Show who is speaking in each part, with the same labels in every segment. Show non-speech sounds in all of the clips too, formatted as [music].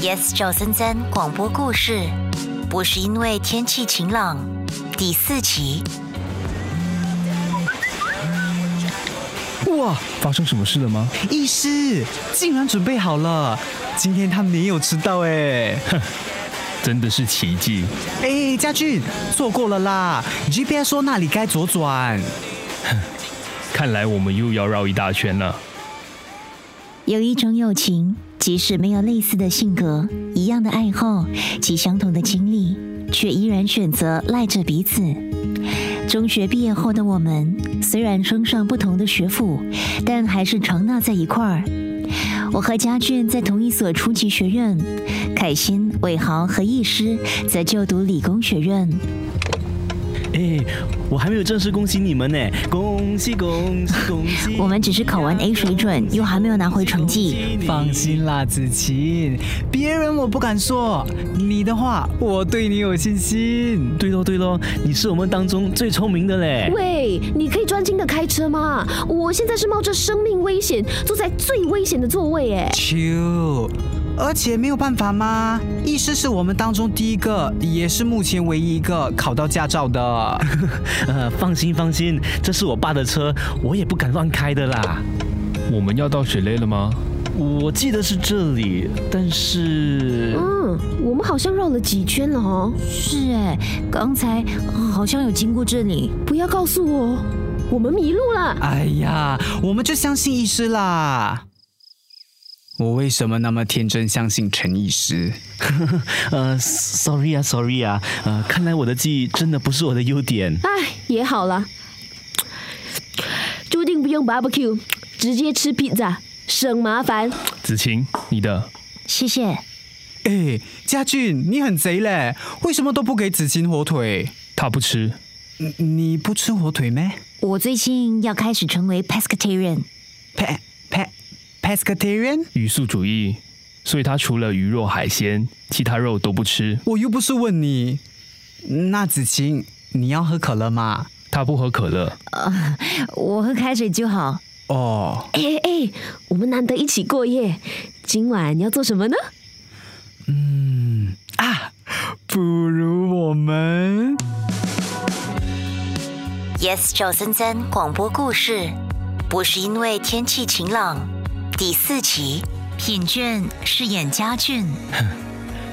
Speaker 1: Yes 赵森森广播故事，不是因为天气晴朗，第四集。
Speaker 2: 哇，发生什么事了吗？
Speaker 3: 医师竟然准备好了，今天他没有迟到哎！
Speaker 2: 真的是奇迹！
Speaker 3: 哎，家俊错过了啦，GPS 说那里该左转。
Speaker 2: 看来我们又要绕一大圈了。
Speaker 1: 有一种友情，即使没有类似的性格、一样的爱好及相同的经历，却依然选择赖着彼此。中学毕业后的我们，虽然升上不同的学府，但还是常闹在一块儿。我和家俊在同一所初级学院，凯欣、伟豪和艺师则就读理工学院。
Speaker 4: 哎，我还没有正式恭喜你们呢， [laughs] 恭喜恭喜恭喜！
Speaker 1: [laughs] 我们只是考完 A 水准，又还没有拿回成绩。
Speaker 3: 放心啦，子晴，别人我不敢说，你的话我对你有信心。
Speaker 4: 对喽对喽，你是我们当中最聪明
Speaker 1: [laughs]
Speaker 4: 的嘞。
Speaker 5: 喂，你可以专心的开车吗？我现在是冒着生命危险坐在最危险的座位，哎，
Speaker 3: 秋，而且没有办法吗？医师是我们当中第一个，也是目前唯一一个考到驾照的。 [laughs]
Speaker 4: 呃，放心放心，这是我爸的车，我也不敢乱开的啦。
Speaker 2: 我们要到水类了吗？
Speaker 4: 我记得是这里，但是
Speaker 5: 嗯，我们好像绕了几圈了哦，啊
Speaker 1: 是哎，刚才哦好像有经过这里。
Speaker 5: 不要告诉我，我们迷路了。
Speaker 3: 哎呀，我们就相信医师啦。我为什么那么天真相信陈医师？
Speaker 4: 呃，sorry 啊 sorry 啊，呃，看来我的记忆真的不是我的优点。
Speaker 5: 唉，哎也好啦，注定不用 barbecue，直接吃 pizza，省麻烦。
Speaker 2: 子晴，你的
Speaker 1: 谢谢。
Speaker 3: 哎，家俊，你很贼嘞，为什么都不给子晴火腿？
Speaker 2: 他不吃，
Speaker 3: 你你不吃火腿咩
Speaker 1: 我最近要开始成为 pescatarian，
Speaker 3: ？Pe pe pescatarian？
Speaker 2: 鱼素主义，所以他除了鱼肉海鲜，其他肉都不吃。
Speaker 3: 我又不是问你。那子晴，你要喝可乐吗？
Speaker 2: 他不喝可乐，
Speaker 1: 我喝开水就好。
Speaker 3: 哦，
Speaker 5: 哎哎哎，我们难得一起过夜，今晚要做什么呢？
Speaker 3: 啊不如我们
Speaker 1: Yes 赵森森广播故事，不是因为天气晴朗，第四集。品卷饰演家俊，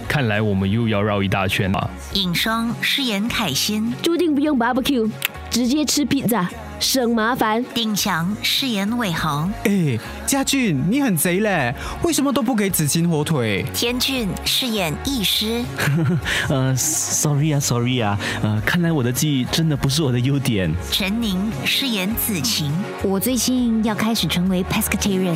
Speaker 2: 看来我们又要绕一大圈了。
Speaker 1: 尹双饰演凯欣，
Speaker 5: 注定不用 barbecue，直接吃 pizza，省麻烦。
Speaker 1: 丁强饰演伟豪，
Speaker 3: 哎，家俊，你很贼嘞，为什么都不给子晴火腿？
Speaker 1: 天俊饰演医师，
Speaker 4: 呃，sorry 啊 sorry 啊，呃，看来我的记忆真的不是我的优点。
Speaker 1: 陈宁饰演子晴。我最近要开始成为 pescatarian。